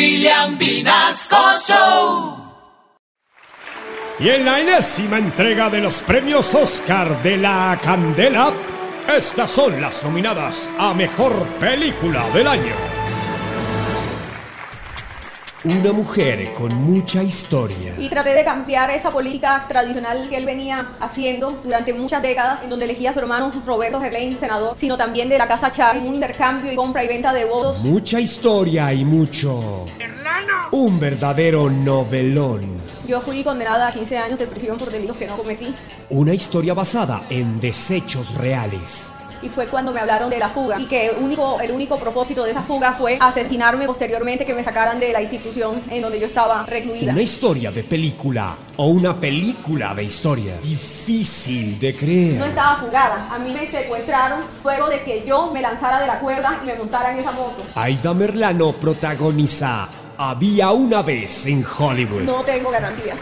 William Vinasco Show. Y en la enésima entrega de los premios Oscar de la Candela, estas son las nominadas a Mejor Película del Año. Una mujer con mucha historia. Y traté de cambiar esa política tradicional que él venía haciendo durante muchas décadas, en donde elegía a su hermano Roberto Gerlain, senador, sino también de la Casa Chávez, un intercambio y compra y venta de votos. Mucha historia y mucho... Un verdadero novelón. Yo fui condenada a 15 años de prisión por delitos que no cometí. Una historia basada en desechos reales. Y fue cuando me hablaron de la fuga y que el único, el único propósito de esa fuga fue asesinarme posteriormente, que me sacaran de la institución en donde yo estaba recluida. Una historia de película o una película de historia. Difícil de creer. No estaba fugada. A mí me secuestraron luego de que yo me lanzara de la cuerda y me montara en esa moto. Aida Merlano protagoniza Había una vez en Hollywood. No tengo garantías.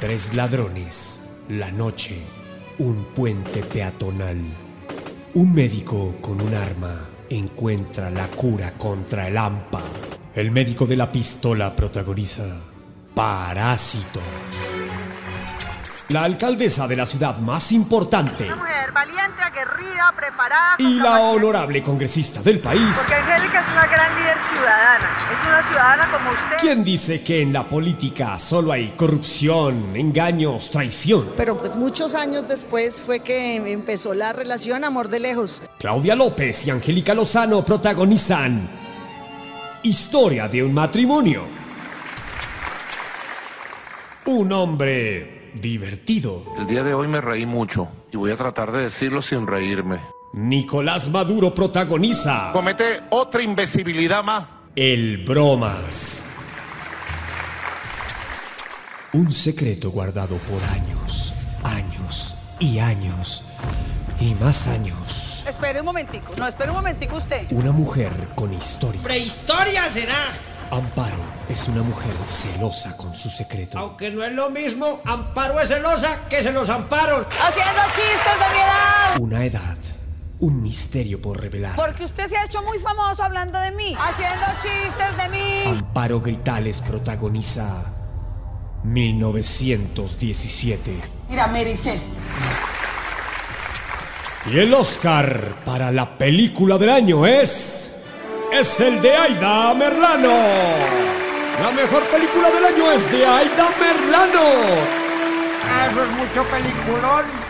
Tres ladrones, la noche, un puente peatonal. Un médico con un arma encuentra la cura contra el AMPA. El médico de la pistola protagoniza Parásitos. La alcaldesa de la ciudad más importante Una mujer valiente, aguerrida, preparada. con y la capacidad- honorable congresista del país. Porque Angélica es una gran líder ciudadana. Es una ciudadana como usted. ¿Quién dice que en la política solo hay corrupción, engaños, traición? Pero pues muchos años después fue que empezó la relación Amor de Lejos. Claudia López y Angélica Lozano protagonizan Historia de un matrimonio. Un hombre divertido. El día de hoy me reí mucho y voy a tratar de decirlo sin reírme. Nicolás Maduro protagoniza comete otra imbecilidad más. El Bromas. Un secreto guardado por años, años y años y más años. Espere un momentico, no, espere un momentico usted. Una mujer con historia. Prehistoria será. Amparo es una mujer celosa con su secreto. Aunque no es lo mismo, Amparo es celosa que se los amparon. Haciendo chistes de mi edad. Una edad, un misterio por revelar. Porque usted se ha hecho muy famoso hablando de mí. Haciendo chistes de mí. Amparo Gritales protagoniza 1917. Mira, Mericel. Y el Oscar para la película del año es. Es el de Aida Merlano. La mejor película del año es de Aida Merlano. Ah, Eso es mucho peliculón.